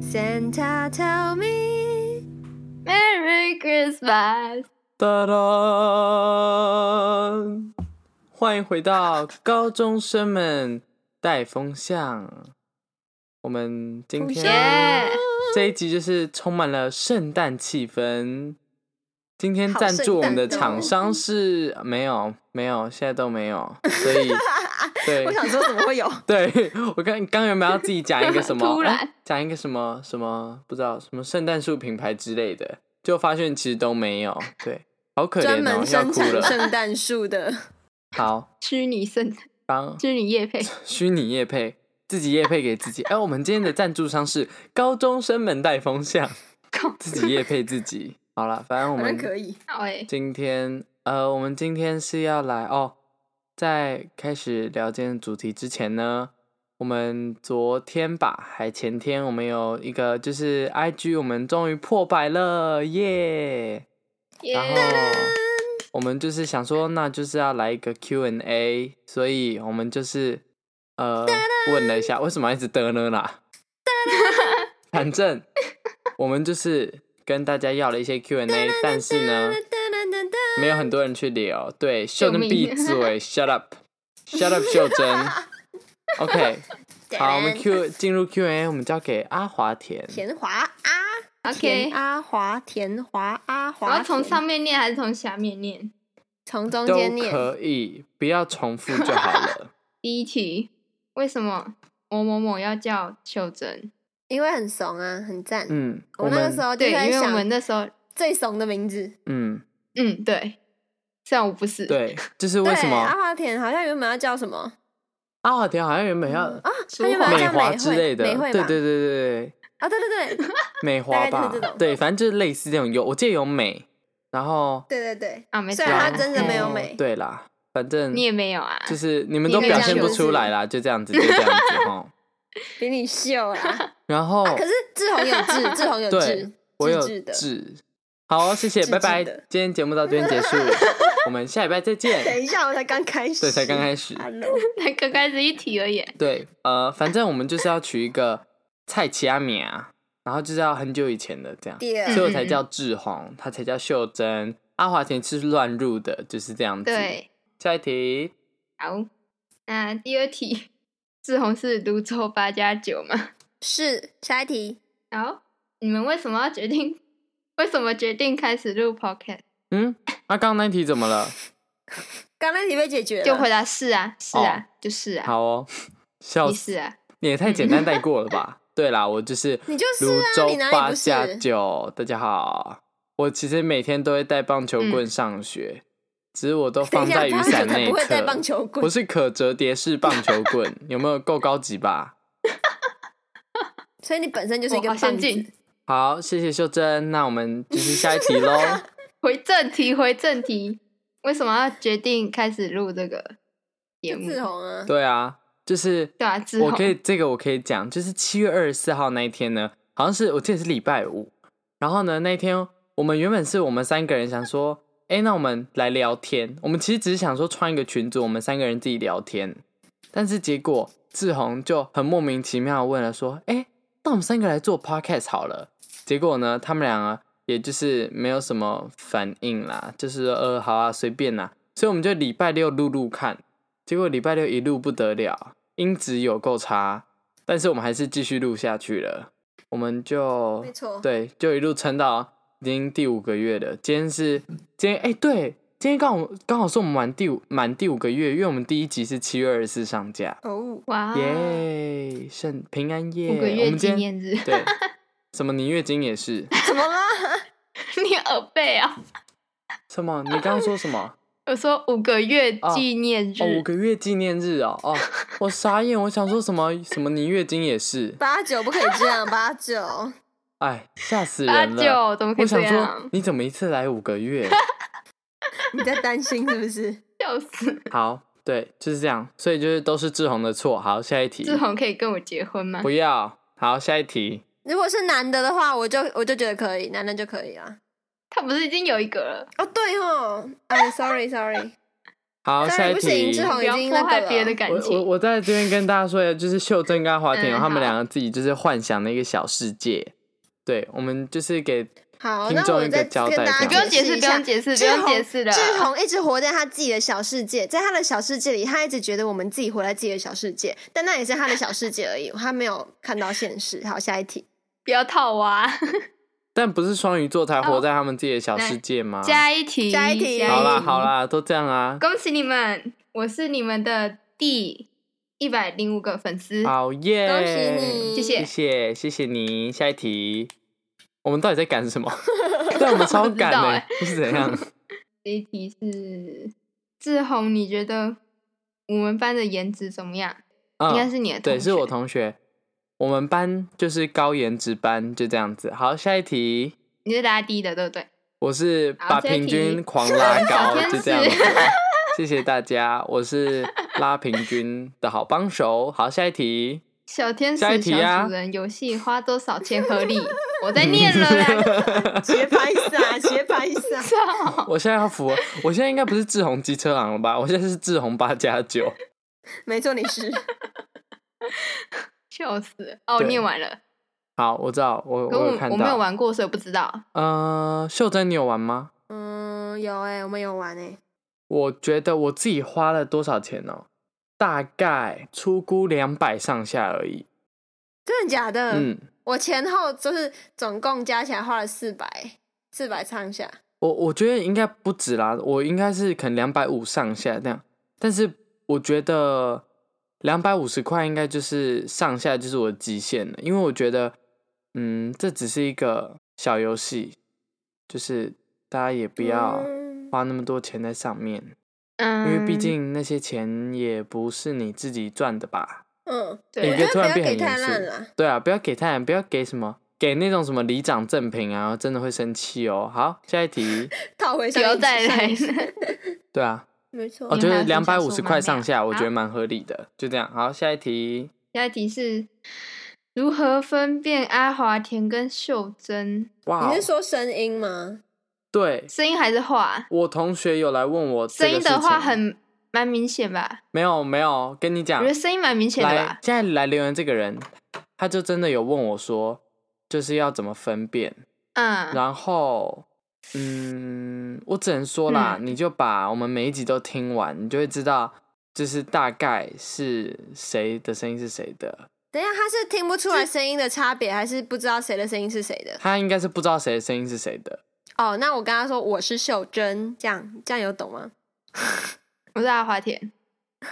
Santa, tell me Merry Christmas。哒啦！欢迎回到高中生们带风向。我们今天这一集就是充满了圣诞气氛。今天好赞圣助我们的诞哦厂商是、没有没有，现在都没有，所以对我想说怎么会 有？对，我刚刚原本要自己讲一个什 么，突然哎讲、一个什么什么不知道什么圣诞树品牌之类的，就发现其实都没有，对，好可专怜哦门，要生哭产了。圣诞树的，好，虚拟圣诞，帮虚拟夜配，虚拟业配，自己业配给自己。哎、我们今天的赞助商是高中生们带 风向，自己业配自己。好了，反正 我好像们可以。好哎，今天，呃，我们今天是要来哦，在开始聊今天的主题之前呢，我们昨天吧，还前天，我们有一个就是 IG，我们终于破百了，耶、耶 然后我们就是想说，那就是要来一个 Q&A，所以我们就是呃问了一下，为什么要一直得呢啦？反正我们就是跟大家要了一些 Q&A，但是呢。没有很多人去聊。对，秀珍命 闭嘴 ，shut up，shut up，秀珍。OK，好，我们 Q 进入 Q&A，我们交给阿华田。田华阿田，OK，阿华田华阿我华要田，从上面念还是从下面念？从中都间念，可以，不要重复就好了。第一题，为什么某某某要叫秀珍？因为很怂啊，很赞。嗯，我我那个们时候就对，在因为我们想那时候，最怂的名字，嗯，嗯，对，虽然我不是， 对，就是为对，什阿么华田好像原本要叫什么阿华田好像原本要啊？淑他原本要美叫华美之惠类的，美惠对对吧对对对，啊，对对 对美华大概吧就是这种，对，反正就是类似这种，有我记得有美，然后对对对，啊，没虽，错然他然真的没有后美对啦，反正你也没有啊，嗯就是你们你都可以表这样现不说出是来啦，就这样子，就这样子哈。比你秀啦。然后、啊可是志宏有志， 志宏有对志，我有志志的，痣，好，谢谢，自拜拜制的。今天节目到这边结束，我们下礼拜再等见。一下，我才刚开始，对，才刚开始。 Hello，才刚开始一题而已，对，呃，反正我们就是要取一个蔡奇阿米啊，然后就是要很久以前的这样，第二所以我才叫志宏，他才叫秀珍。阿华田是乱入的，就是这样子。，对，下一题，好，那第二题，志宏是泸州八加九吗？是下一题，好，你们为什么要决定？为什么决定开始录 podcast？嗯，那刚刚那题怎么了？刚那题被解决了，就回答是啊，是啊，就是啊，好哦，笑你死是，啊，你也太简单带过 了吧？对啦，我就是你就是啊泸州你哪里八不是加九，大家好。我其实每天都会带棒球棍上学，只是我都嗯等放一下，在棒雨球伞才内不会带棒侧，球不棍，是可折叠式棒球棍，有没有够高级 吧？所以你本身就是一个哇好先棒进子。好，谢谢秀珍，那我们继续下一题 喽。回正题，回正题，为什么要决定开始录这个节就目？志宏啊，对啊，就是对啊，志我宏，可以这个我可以讲，就是七月二十四号那一天呢，好像是我记得是礼拜五，然后呢那一天我们原本是我们三个人想说，哎、那我们来聊天，我们其实只是想说穿一个裙子，我们三个人自己聊天，但是结果志宏就很莫名其妙地问了说，哎、那我们三个来做 podcast 好了，结果呢他们两个也就是没有什么反应啦，就是说呃好啊随便啦，所以我们就礼拜六录录看。结果礼拜六一录不得了，音质有够差，但是我们还是继续录下去了。我们就没错对，就一路撑到已经第五个月了。今天是今天哎、对，今天刚好刚好是我们满第五满第五个月，因为我们第一集是七月二十四上架，哦，哇，耶，圣平安夜，啊五个我月们纪今天念日， 对，什么你月经也是怎么了？你耳背啊！什么？你刚刚说 什么？我说五个月纪念哦，五日，个月纪念日哦，哦，我傻眼，我想说什么什么你月经也是，八九不可以这样， 八九，哎，吓死八人了！九怎么可我以啊这想说样，？你怎么一次来五个月？你在担心是不是？笑死！好，对，就是这样，所以就是都是志宏的错。好，下一题，志宏可以跟我结婚吗不？要。好，下一题，如果是男的的话，我就我就觉得可以，男的就可以啦。啊他不是已经有一个了？哦，对哦，哎，sorry sorry，好，当下然一不题行，。志不宏已要经破那坏个别人的了感我我情。我在这边跟大家说，就是秀珍跟华庭、哦嗯他们好两个自己就是幻想的一个小世界。对，我们就是给好，听那众我一个再交跟代大这家样不用解释，释一不下用。解释，不志用宏解释了。志宏一直活在他自己的小世界，在他的小世界里，他一直觉得我们自己活在自己的小世界，但那也是他的小世界而已，他没有看到现实。好，下一题，不要套娃。但不是双鱼座才活在他们自己的小世界吗？哦加一题，加一题好啦一好，啦，都这样啊。恭喜你们，我是你们的第一百零五个粉丝。好耶！恭喜你谢谢谢谢谢谢你。下一题，我们到底在 赶什么？对，我们超赶我不知道的欸，是怎样？这一题是志宏，你觉得我们班的颜值怎么样？嗯 应该是你的同学。对，是我同学。我们班就是高颜值班，就这样子。好，下一题，你是拉低的，对不对？我是好把下一平题均狂拉小高，天就这样 使子。谢谢大家，我是拉平均的好帮手。好，下一题，小天使、下一题啊小主人游戏花多少钱合理？ 我在念了 啦，学拍撒，学拍撒。操！我现在要符合，我现在应该不是志宏机车行了吧？我现在是志宏八加九。没错，你是。笑死了！哦，我对念完了，好，我知道，我可我我有看我没有到。玩过，所以我不知道。呃，秀珍，你有玩吗？ 嗯，有哎、我们有玩哎、我觉得我自己花了多少钱哦？大概出估两百上下而已。真的假的？嗯，我前后就是总共加起来花了四百，四百上下。我我觉得应该不止啦，我应该是可能两百五上下那样，但是我觉得两百五十块应该就是上下就是我的极限了，因为我觉得，嗯，这只是一个小游戏，就是大家也不要嗯花那么多钱在上面，嗯，因为毕竟那些钱也不是你自己赚的吧？嗯，对我你就觉得突不然要变很给太严肃烂了。对啊，不要给太不要给什么给那种什么里长赠品啊，真的会生气哦。好，下一题，套回不上一要集再来 上一集了。对啊。 没错。我你觉得还有两分百享五数十吗块没上有下，我觉好得蛮合理的。就这样，好，下一题。下一题是如何分辨阿华田跟秀珍哇哦，你是说声音吗？对？声音还是话？我同学有来问我这声个音事的话情很蛮明显吧？没有没有，跟你我讲觉，得声音蛮明显的来吧？现在来留言这个人，他就真的有问我说，就是要怎么分辨。嗯，然后，嗯，我只能说啦，嗯你就把我们每一集都听完，你就会知道，就是大概是谁的声音是谁的。等一下，他是听不出来声音的差别，还是不知道谁的声音是谁的？他应该是不知道谁的声音是谁的。哦，那我跟他说我是秀珍，这样这样有懂吗？我是阿华田，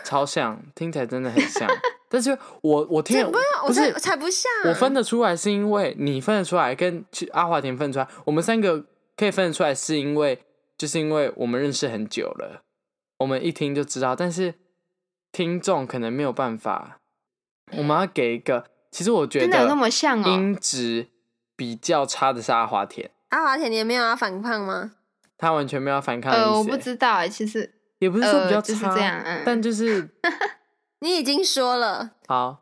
超像，听起来真的很像。 但是我我听这了不是，我不才是我才不像。嗯我分得出来，是因为你分得出来，跟去阿华田分得出来，我们三个可以分得出来，是因为就是因为我们认识很久了，我们一听就知道。但是听众可能没有办法，我们要给一个，其实我觉真的有那得么像哦？音质比较差的是阿华田，阿华田，你没有要反抗吗？他完全没有反抗的意思、呃，我不知道哎，其实也不是说比较呃差，就是这样，嗯，但就是你已经说了，好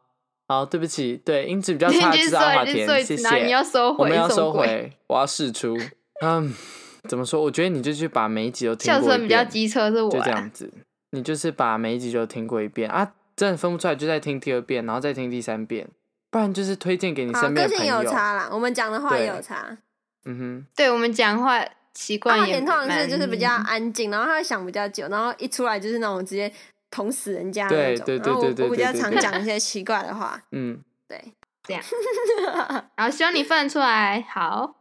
好，对不起，对音质比较你差的去是阿说，华你去田说，一次，谢谢。然后你要收我回，们要什么收鬼。回，我要试出。嗯，怎么说？我觉得你就去把每一集都听笑过一声遍，比较机车是我啊就啦，啊这样子。你就是把每一集都听过一遍啊，真的分不出来就再听第二遍，然后再听第三遍，不然就是推荐给你好，身边个的性朋有友。差啦，我们讲的话也对有差。嗯对我们讲话习惯阿华也田通常是蛮就是比较安静，然后他会想比较久，然后一出来就是那种直接捅死人家那对种。对对然后我对对我比较对常对讲一些奇怪的话哼，，嗯， 对。这样。然后希望你放得出来。好，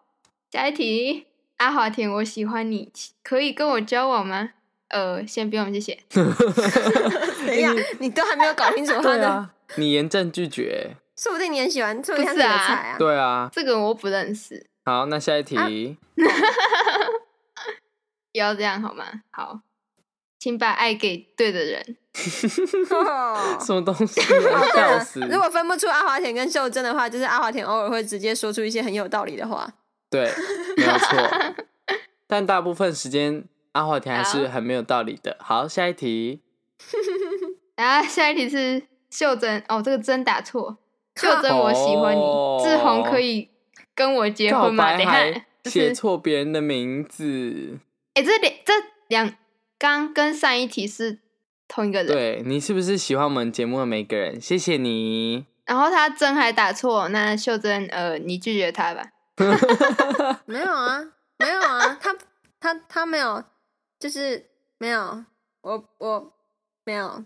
下一题，阿华田，我喜欢你，可以跟我交往吗？呃，先不用，谢谢。等一下，你都还没有搞清楚他对的，啊，你严正拒绝，说不定你很喜欢，说不定他不是你是的啊菜啊。 对啊。这个我不认识，好，那下一题，不要这样好吗？好，请把爱给对的人。哦什么东 西、啊？对笑啊死！如果分不出阿华田跟秀珍的话，就是阿华田偶尔会直接说出一些很有道理的话。对，没有 错。但大部分时间，阿华田还是好很没有道理的。好，下一题。然后下一题是秀珍，哦，这个真打错。秀珍，我喜欢你，哦志宏可以跟我结告婚吗？白等一下还，就是写错别人的名字，哎、这两这两刚跟上一题是同一个人。对你是不是喜欢我们节目的每个人？谢谢你。然后他真还打错，那秀珍，呃，你拒绝他吧。没有啊，没有啊，他他他没有，就是没有，我我没有，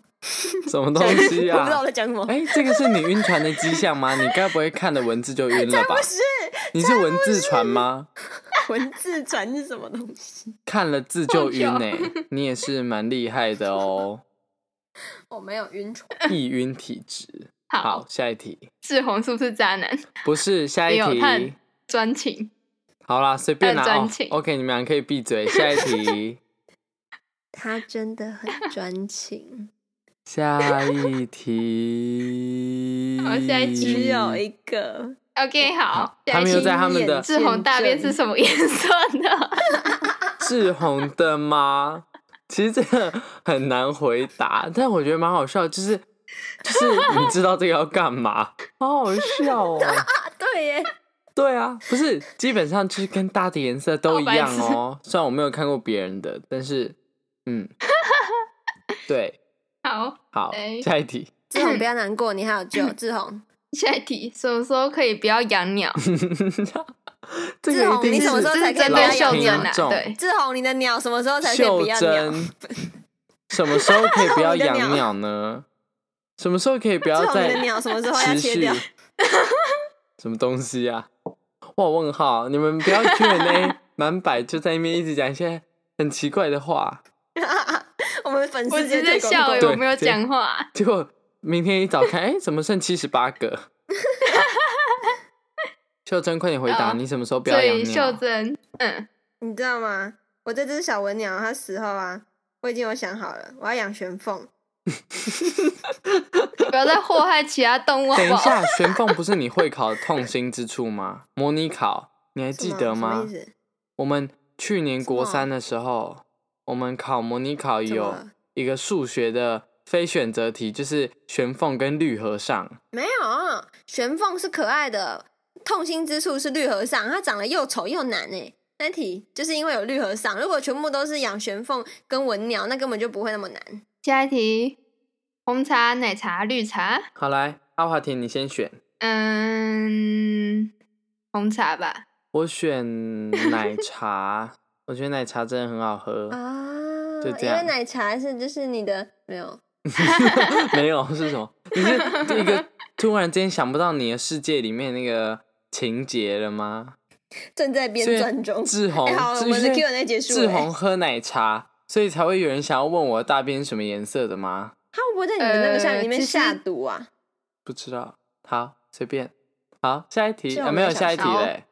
什么东 西 我不知道啊我？在讲什么。哎、这个是你晕船的迹象吗？你该不会看了文字就晕了吧不？是你是文字船吗？文字传是什么东西？看了字就晕好呢、你也是蛮厉害的哦，我没有晕船，易晕体质。好，好，下一题，志宏是不是渣男？不是下一没有他很题。专情。好啦，随便啦、他很哦专情。 OK，你们俩可以闭嘴。下一题，他真的很专情，下一 题。好下一题哦只有一个。 OK，好，他们又又在他们的志宏大便是什么颜色的？志宏 的吗？其实这个很难回答，但我觉得蛮好笑，就是就是你知道这个要 干嘛，好好笑哦。啊？对耶，对啊，不是，基本上就是跟大地颜色都一样 哦。虽然我没有看过别人的，但是 嗯，对，好，好哎，下一题。 志宏不要难过，你还有救。志宏，下一题，什么时候可以不要养鸟？这志个宏一定你是什么时候这才可是以针不老要对养秀听鸟珍？啊，众对，志宏，你的鸟什么时候 才可以秀不要鸟？珍，什么时候可以不要你的鸟养鸟呢？什么时候可以不志要宏，你再的鸟什么时候要持切续掉？？什么东西啊？哇，问号！你们不要 Q&A 满百就在那边一直讲一些很奇怪的话，我们粉我丝只界是在最笑而公已，对我没有讲话。结果明天一早看，哎、怎么剩七十八个？秀珍，快点回答哦你什么时候不要所养以秀鸟？珍，嗯，你知道吗？我这只小文鸟，它死后啊，我已经有想好了，我要养玄凤。不要再祸害其他动物好等不一好？下，玄凤不是你会考的痛心之处吗？模拟考，你还记得什么吗意？思？我们去年国什么三的时候，我们考模拟考怎么有了一个数学的非选择题，就是玄凤跟绿和尚。没有，玄凤是可爱的，痛心之处是绿和尚，它长得又丑又难哎。那题就是因为有绿和尚，如果全部都是养玄凤跟文鸟，那根本就不会那么难。下一题，红茶、奶茶、绿茶，好，来，阿华田，你先选。嗯，红茶吧。我选奶茶，我觉得奶茶真的很好喝。啊哦就这因样为奶茶是就是你的没有， 没有是什么？你是一个突然间想不到你的世界里面那个情节了吗？正在编所以撰中。志宏，哎好了志我们的因为 Q&A 结束志了欸宏喝奶茶，所以才会有人想要问我大便是什么颜色的吗？他会不会在你的那个项呃里面其实下毒啊？不知道。好，随便。好，下一题这啊，我没没有有下一题想到嘞。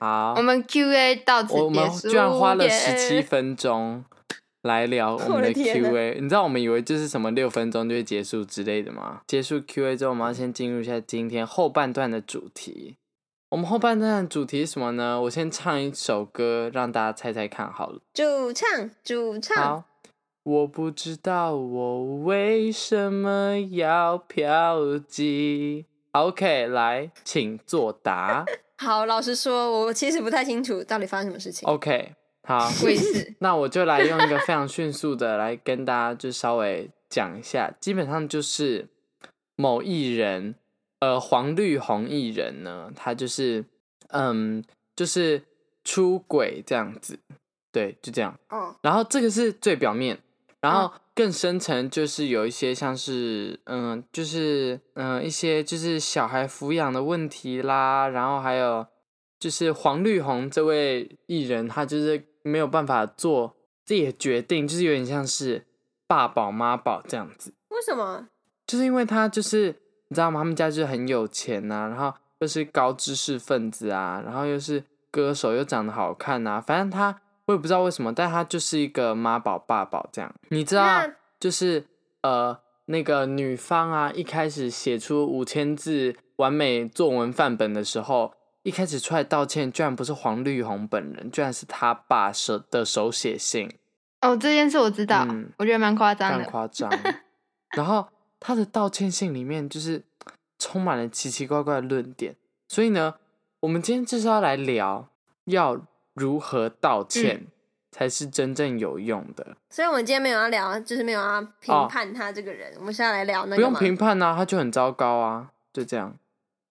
好我，们 Q&A 到此我们结束，居然花了耶十七分钟来聊我我们的的天呐 Q&A，你知道我们以为就是什么六分钟就会结束之类的吗？结束 Q&A 之后，我们要先进入一下今天后半段的主题。我们后半段的主题是什么呢？我先唱一首歌让大家猜猜看好了。主唱，主唱，好，我不知道我为什么要嫖妓。OK，来，请作答。好，老实说，我其实不太清楚到底发生什么事情。 OK，好，我也是，那我就来用一个非常迅速的来跟大家就稍微讲一下，基本上就是某艺人，呃，黄绿红艺人呢，他就是嗯，就是出轨这样子，对，就这样。哦，然后这个是最表面，然后更深层就是有一些像是嗯，就是嗯一些就是小孩抚养的问题啦，然后还有就是黄绿红这位艺人，他就是没有办法做自己的决定，就是有点像是爸宝妈宝这样子。为什么？就是因为他就是你知道吗？他们家就是很有钱呐、然后又是高知识分子啊，然后又是歌手，又长得好看呐、反正他我也不知道为什么，但他就是一个妈宝爸宝这样。你知道那，就是呃那个女方啊，一开始写出五千字完美作文范本的时候。一开始出来道歉，居然不是黄绿红本人，居然是他爸手的手写信。哦，这件事我知道，嗯我觉得蛮夸张更的。夸张。然后他的道歉信里面就是充满了奇奇怪怪的论点，所以呢，我们今天就是要来聊要如何道歉才是真正有用的。所以我们今天没有要聊，就是没有要评判他这个人，我们现在来聊那哦不个用嘛。评判啊，他就很糟糕啊，就这样。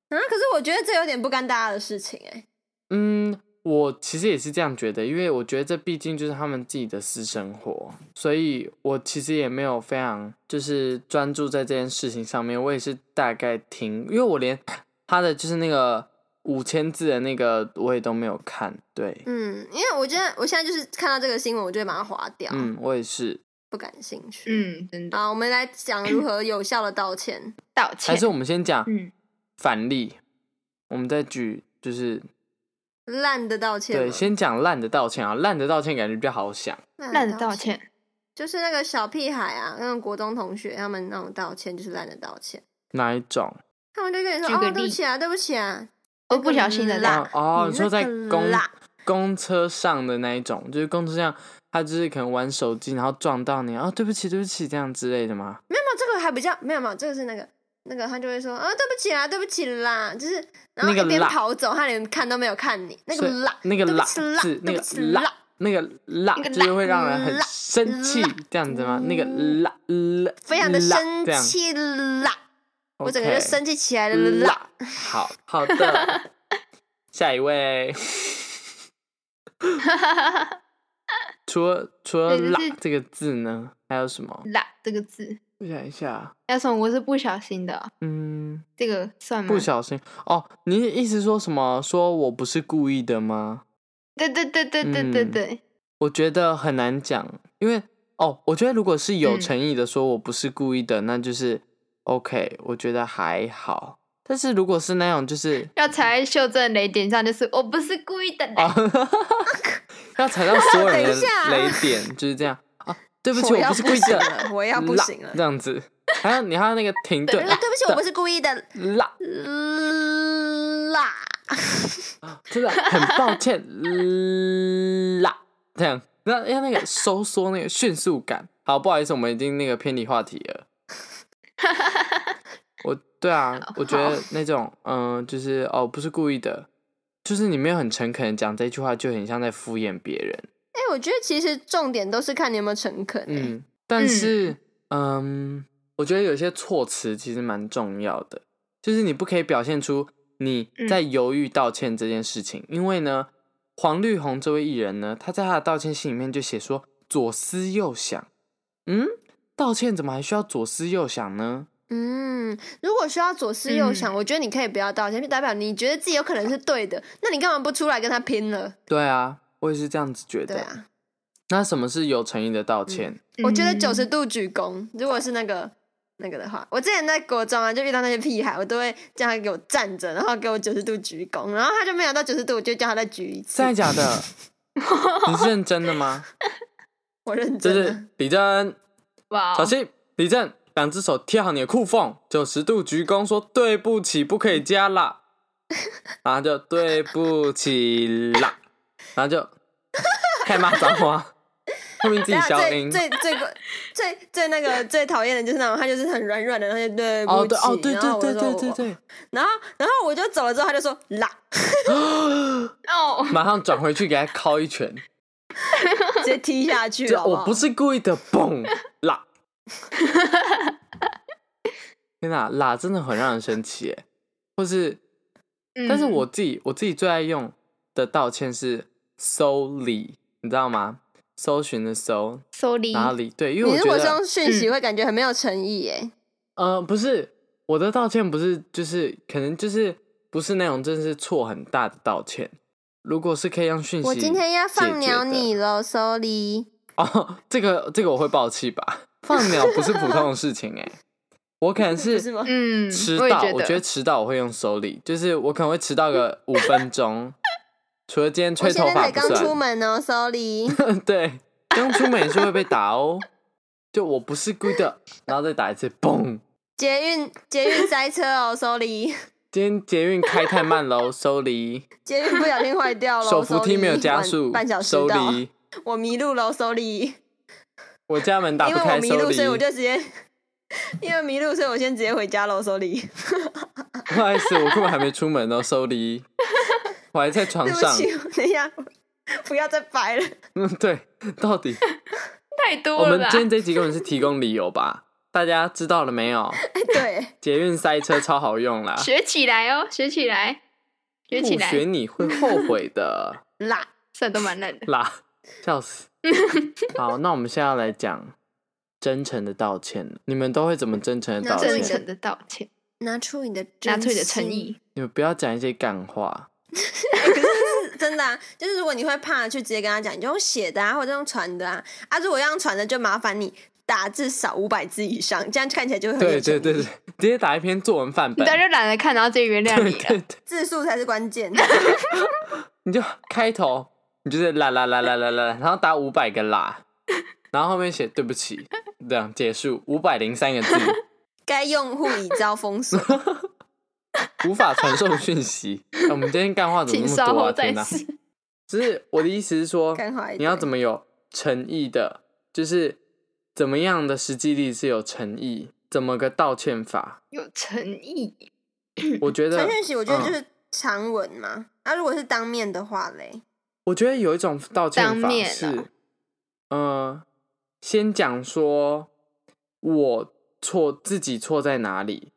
啊，可是我觉得这有点不干大家的事情哎、嗯，我其实也是这样觉得，因为我觉得这毕竟就是他们自己的私生活，所以我其实也没有非常就是专注在这件事情上面。我也是大概听，因为我连 他的就是那个五千字的那个我也都没有看。对，嗯，因为我觉得我现在就是看到这个新闻，我就会把它划掉，嗯，我也是。 不感兴趣。嗯，真的好，我们来讲如何有效的道 歉。道还歉是。我们先讲嗯，反例，我们再举就是烂的道歉吗，对，先讲烂的道歉啊，烂的道歉感觉比较好想。烂烂的的道，歉。就是那个小屁孩啊，那种国中同学，他们那种道歉就是烂的道歉，哪一种？他们就跟你说举个哦，对不例起啊，对不起啊，哦，不小心的辣烂啊，哦，你说在那个公啦公车上的那一种，就是公车上他就是可能玩手机，然后撞到你，哦，对不起，对不起，这样之类的吗？没有没有，这个还比较没有没有，这个是那个那个他就会说啊，对不起啦，对不起啦，就是然后那个一边啦跑走，他连看都没有看你，那个所以啦，那个对不辣起啦字，那对个不起辣啦，那个辣那个就是辣会让人很辣生气辣，这样子吗？那个嗯辣辣，非常的辣生这样气啦，我整个 OK 就生气起来了啦。辣。嗯好好的，下一位。除了除了对“辣就是”这个字呢，还有什么？烂这个字。我想一下，要从我是不小心的哦，嗯，这个算吗？不小心哦。你意思说什么？说我不是故意的吗？对对对对对对嗯对，我觉得很难讲，因为哦，我觉得如果是有嗯诚意的说我不是故意的，那就是 OK，我觉得还好。但是如果是那种就是要踩在袖珍雷点上，就是我不是故意的啦。啊， 要踩到所有 人等一下的雷点，就是这样啊。对不起，我我要不是故意行的，了，我要不啦行了这。样子。还有你还有那个停顿，对不起，我不是故意的，哎啦，啦，真的很抱歉，啦，这样。那要那个收缩，那个迅速感。好，不好意思，我们已经那个偏离话题了。我对啊，我觉得那种嗯、就是哦，不是故意的，就是你没有很诚恳的讲这句话，就很像在敷衍别人。哎、我觉得其实重点都是看你有没有诚恳、欸。嗯，但是嗯我觉得有些措辞其实蛮重要的，就是你不可以表现出你嗯在犹豫道歉这件事情，因为呢，黄绿红这位艺人呢，他在他的道歉信里面就写说左思右想，嗯，道歉怎么还需要左思右想呢？嗯，如果需要左思嗯右想，我觉得你可以不要道歉，就代表你觉得自己有可能是对的，那你干嘛不出来跟他拼了？对啊，我也是这样子觉对得。啊，那什么是有诚意的道歉？我觉得嗯九十度鞠躬，如果是那个那个的话，我之前在国中啊，就遇到那些屁孩，我都会叫他给我站着，然后给我九十度鞠躬，然后他就没有到九十度，我就叫他再鞠一次真。的假的？ 你是认真的吗？我认就真啊的，是李真。哇小哦，心，李正，两只手贴好你的裤缝，九十度鞠躬说对不起，不可以 加啦，然后就对不起啦，然后就开始骂脏话，后面自己等下消音。最最最最最那个最讨厌的就是那种，他就是很软软的，然后就对哦不起，对哦对然后对我就说对对对我对，然后然后我就走了之后，他就说啦，哦，马上转回去给他敲 一拳，直接踢 下去，就好不我好不是故意的，嘣 啦！天哪，啦真的很让人生气耶，或是但是嗯我自己我自己最爱用的道歉是搜理，你知道吗？搜寻的搜， sorry，哪里？对，因你为我如觉果是得，嗯用讯息，会感觉很没有诚意耶。呃，不是我的道歉，不是就是可能就是不是那种真是错很大的道歉。如果是可以用讯息，我今天要放鸟你了喽，sorry。哦，这个这个我会爆气吧？放鸟不是普通的事情哎、我可能 不是是吗？嗯，迟我也到，我觉觉得迟到我会用手里，就是我可能会迟到个五分钟， 除了今天我吹现头在发才不刚出算。门哦，sorry。 对，刚出门也是会被打哦。就我不是故意的，然后再打一次，嘣！捷运捷运塞车哦，sorry。今天捷运开太慢 喽，收离。捷运不小心坏掉了，手扶梯 sorry 没有加速，哦半半小时收到，离。我迷路喽，sorry。我家门打因不为我开，迷收路，离所以。我就直接，因为迷路，所以我先直接回家喽，sorry。 不好意思，我根本还没出门哦，收离。我还在 床对不上。起，等一下，不要再掰了。嗯， 对，到 底太多我了们吧？今天这集根本是提供理由吧？大家知道了没有？对，捷运塞车超好用啦，学起来哦，学起来，学不起来，学你会后悔的啦，算都蛮 烂的。啦，笑死。好，那我们现在要来讲真诚的道歉了，你们都会怎么真诚的道那这嗯真个歉？诚的道歉，拿出你的拿出你的真心诚，意。你们不要讲一些干话，是真的啊。就是如果你会怕，去直接跟他讲，你就用写的啊，或者用传的啊。啊，如果要用传的，就麻烦你打至少五百字以上，这样看起来就会很有对对诚对意对，直接打一篇作文范你本早，啊就懒得看，然后自己原谅 对你对了。对，字数才是关键。你就开头你就是啦啦啦啦啦啦，然后打五百个啦，然后后面写对不起，这样结束五百零三 个字， 该用户已遭封 锁，无法传送讯息。哎我们今天干 话怎么请那稍么多后啊？再天哪！ 试。只是我的意思是说，干哎话一堆你要怎么有诚意的，就是怎么样的实际力是有诚意，怎么个道歉法？有诚意，嗯我觉得传讯息我觉得嗯就是长文嘛。啊，如果是当面的话嘞，我觉得有一种道歉法当面是，啊呃，先讲说我错自己错在哪里，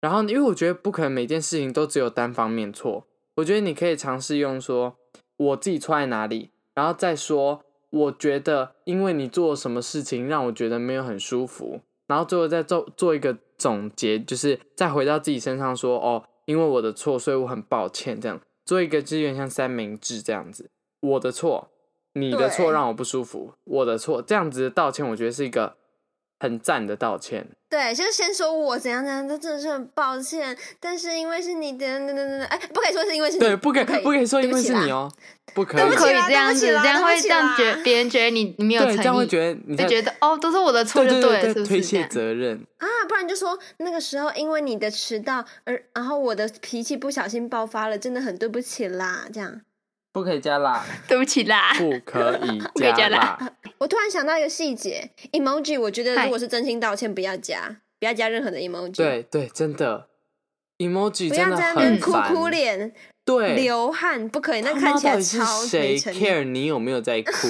然后因为我觉得不可能每件事情都只有单方面错，我觉得你可以尝试用说我自己错在哪里，然后再说我觉得因为你做了什么事情让我觉得没有很舒服，然后最后再做做一个总结，就是再回到自己身上说哦，因为我的错，所以我很抱歉这样。做一个就是有点像三明治这样子，我的错，你的错对让我不舒服，我的错，这样子的道歉，我觉得是一个很赞的道歉。对，就是先说我怎样怎样，这真的是很抱歉，但是因为是你的，等等等等，哎，不可以说是因为是你，对，不可以，不可以不可以说因为是对不起啦 你哦、不 可对以不不，起可以啦这样子，对不起这啦样对会不起让觉啦别人觉得你你没有对，这样诚会意，觉得你在就觉得哦都是我的错就对了，是对不对，是推这卸样？责任，啊，不然就说那个时候因为你的迟到而，然后我的脾气不小心爆发了，真的很对不起啦。这样，不可以加辣， 对不起啦， 不可以可以加辣辣，我突然想到一个细节，emoji，我觉得嗨如果是真心道歉，不要加，不要加任何的 emoji，， 对对，真的，emoji 不真要的在那边很哭烦，哭脸、对，流汗，不可以，那他看妈起来到底是超谁没诚意。 care 你有没 有在哭？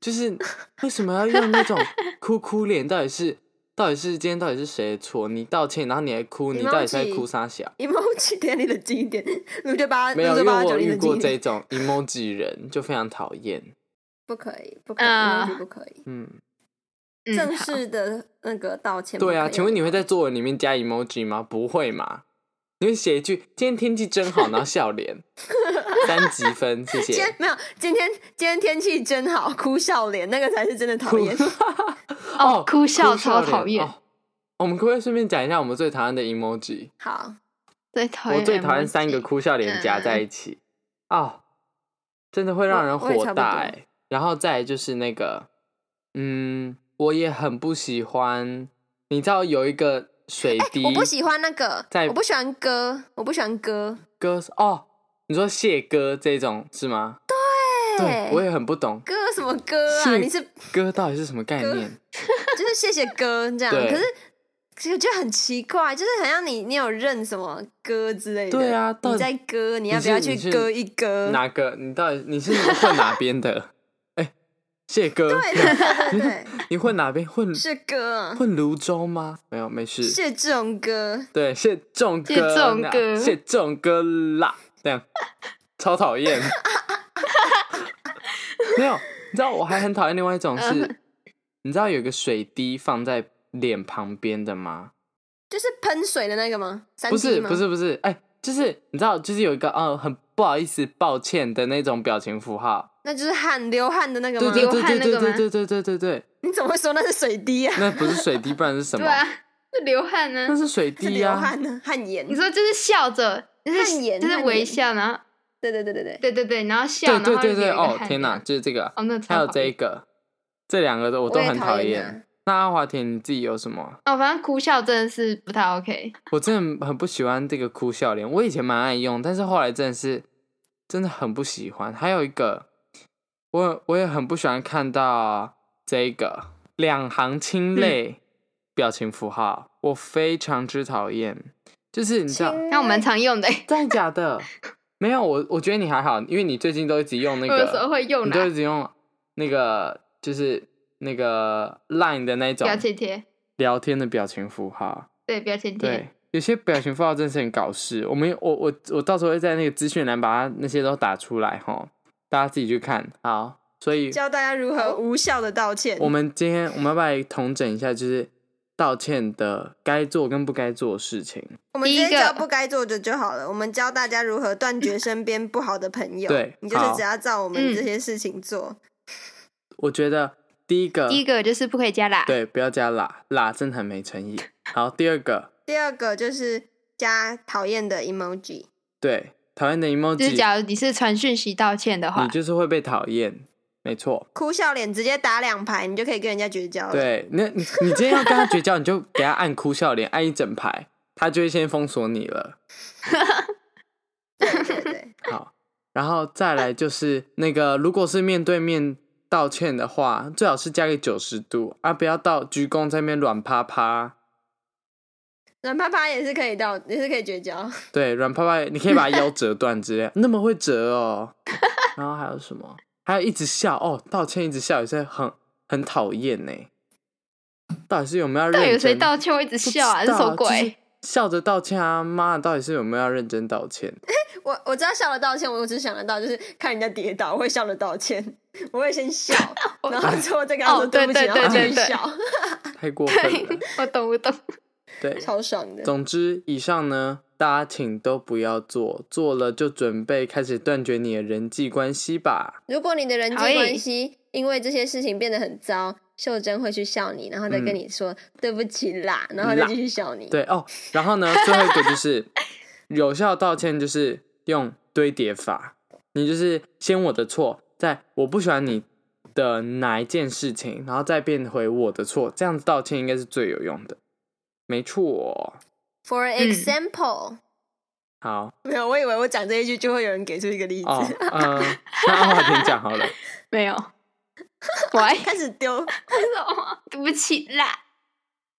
就是为什么要用那种哭哭脸？到底是到底是今天到底是谁的错？你道歉，然后你还哭，你到底是在 Emoji 哭啥小？ emoji 点你的经典， 卢九八没卢有，九因为八我九有零遇的过经典，这种 emoji 人，就非常讨厌。不可以，不可以、啊 emoji 不可以。嗯，嗯正好式的那个道歉不可以。对啊，请问你会在作文里面加 emoji 吗？不会嘛？你会写一句“今天天气真好”，然后笑脸，三级分，谢今天谢。没有？今天今天天气真好，哭笑脸那个才是真的讨哭 厌。哦哭笑超脸讨厌哦我们可不可以顺便讲一下我们最讨厌的 emoji？ 好，最讨厌我最讨厌 emoji 三个哭笑脸夹在一起，哦，真的会让人嗯我我也火差不大多哎、然后再来就是那个，嗯，我也很不喜欢，你知道有一个水滴，哎我不喜欢那个在，我不喜欢歌，我不喜欢歌。歌手哦，你说谢歌这种是吗？对，我也很不懂哎歌什么歌啊？是你是歌到底是什么概歌念。就是谢谢歌这样，对可是。其实就很奇怪，就是好像你你有认什么歌之类的，对啊到你底在歌，你要你不是要你去是歌一歌？哪个？你到底你是混哪边的？ 哎、谢歌，对对对对对，你混哪边？混是歌啊，混泸州吗？没有，没事。是这种歌。对，谢仲哥，谢仲那哥谢仲哥啦，这样超讨厌。 没有，你知道我还很讨厌另外一种嗯是，你知道有个水滴放在脸旁边的吗？就是喷水的那个吗？三不是，吗？不是，不是，哎、就是你知道，就是有一个嗯、呃很不好意思、抱歉的那种表情符号。那就是汗流汗的那个对吗？对对流汗对那个对吗对对对对对对， 你怎么会说那是水滴啊？那不是水滴，不然是什么对？啊，是流汗呢、那是水是滴流啊！汗呢，汗颜你。说就是笑着，就是汗颜就是汗微颜笑，然后对对对对对，对对对，然后笑，对然后对对对，流一个哦汗天哪，，就是这个。哦那 还超有讨这一厌个，这两个都我都也很讨讨厌厌。那阿华田你自己有什么？哦，反正哭笑真的是不太 OK，我真的很不喜欢这个哭笑脸，我以前蛮爱用，但是后来真的是真的很不喜欢。还有一个，我我也很不喜欢看到这个两行清泪表情符号，我非常之讨厌。就是你知道，亲那我蛮常用的、真的 假的？没有我，我觉得你还好，因为你最近都一直用那 我有时个候会用你都啦一。直用那个就是那个 Line 的那种表情贴，聊天的表情符号。对，表情贴对，，有些表情符号真是很搞事。我们我我我到时候会在那个资讯栏把它那些都打出来哈，大家自己去看。好，所以教大家如何无效的道歉。我们今天我们要不要来统整一下，就是道歉的该做跟不该做的事情？我们直第一接教个不该做的就好了。我们教大家如何断绝身边不好的朋友。对你就是好只要照我嗯们这些事情做。我觉得第一个，第一个就是不可以加啦。对，不要加辣，辣真的很没诚意。好，第二个，第二个就是加讨厌的 emoji。对，讨厌的就是 emoji，假如你是传讯息道歉的话你，就是会被讨厌，没错。哭笑脸直接打两排，你就可以跟人家绝交了。，对，那你你今天要跟他绝交，你就给他按哭笑脸，按一整排，他就会先封锁你了。对对对，好，然后再来就是那个，如果是面对面道歉的话，最好是加个九十度啊，不要到鞠躬在那边软趴趴。软趴趴也是可以到，也是可以绝交。对，软趴趴，你可以把腰折断之类， 那么会折 哦。然后还有什么？还有一直笑哦，道歉一直笑也是很很讨厌呢。到底是有没有要到认真？底有谁道歉会一直不知笑啊？这道什么就是鬼？ 笑着道歉啊！妈，到底是有没有要认真道歉？我我知道笑了道歉，我只想得到就是看人家跌倒，我会笑着道歉，我会先 笑，然后之后再跟他说哦对不起，对然后对继续对笑， 太过分了。我懂，我懂。 对，超爽的。总之以上呢，大家请都不要做，做了就准备开始断绝你的人际关系吧。如果你的人际好耶关系因为这些事情变得很糟，秀珍会去笑你，然后再跟你说、对不起啦，然后再啦继续笑你。对哦，然后呢，最后一个就是 有效道歉，就是用堆叠法。你就是先我的错，再我不喜欢你的哪一件事情，然后再变回我的错，这样子道歉应该是最有用的。没错， For example，、好。没有，我以为我讲这一句就会有人给出一个例子，哦，嗯，那阿华田讲好了。没有。 喂， 开始丢。对不起啦。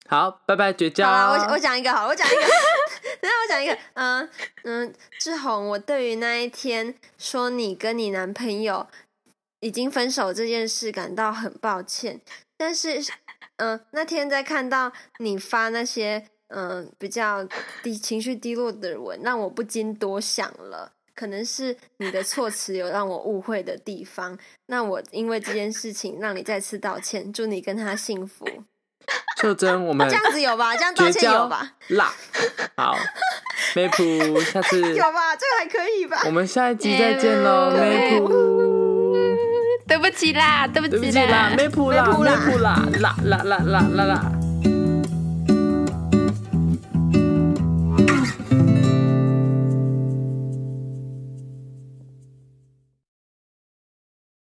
好，拜拜，绝交。好啦，我我讲一个好了，我讲一个， 等一下我讲一个，嗯嗯，志宏，我对于那一天说你跟你男朋友已经分手这件事感到很抱歉，但是，嗯，那天在看到你发那些嗯比较低情绪低落的文，让我不禁多想了。可能是你的措辞有让我误会的地方，那我因为这件事情让你再次道歉，祝你跟他幸福。秀珍，我们这样子有吧？这样道绝歉有交吧？啦。好 m a p 下次有吧？这个还可以吧？我们下一集再见喽 m a Maple p 对不起啦，对不对不起起啦啦。 ，Maple 啦 Maple 啦，Maple 啦，啦啦啦啦啦啦。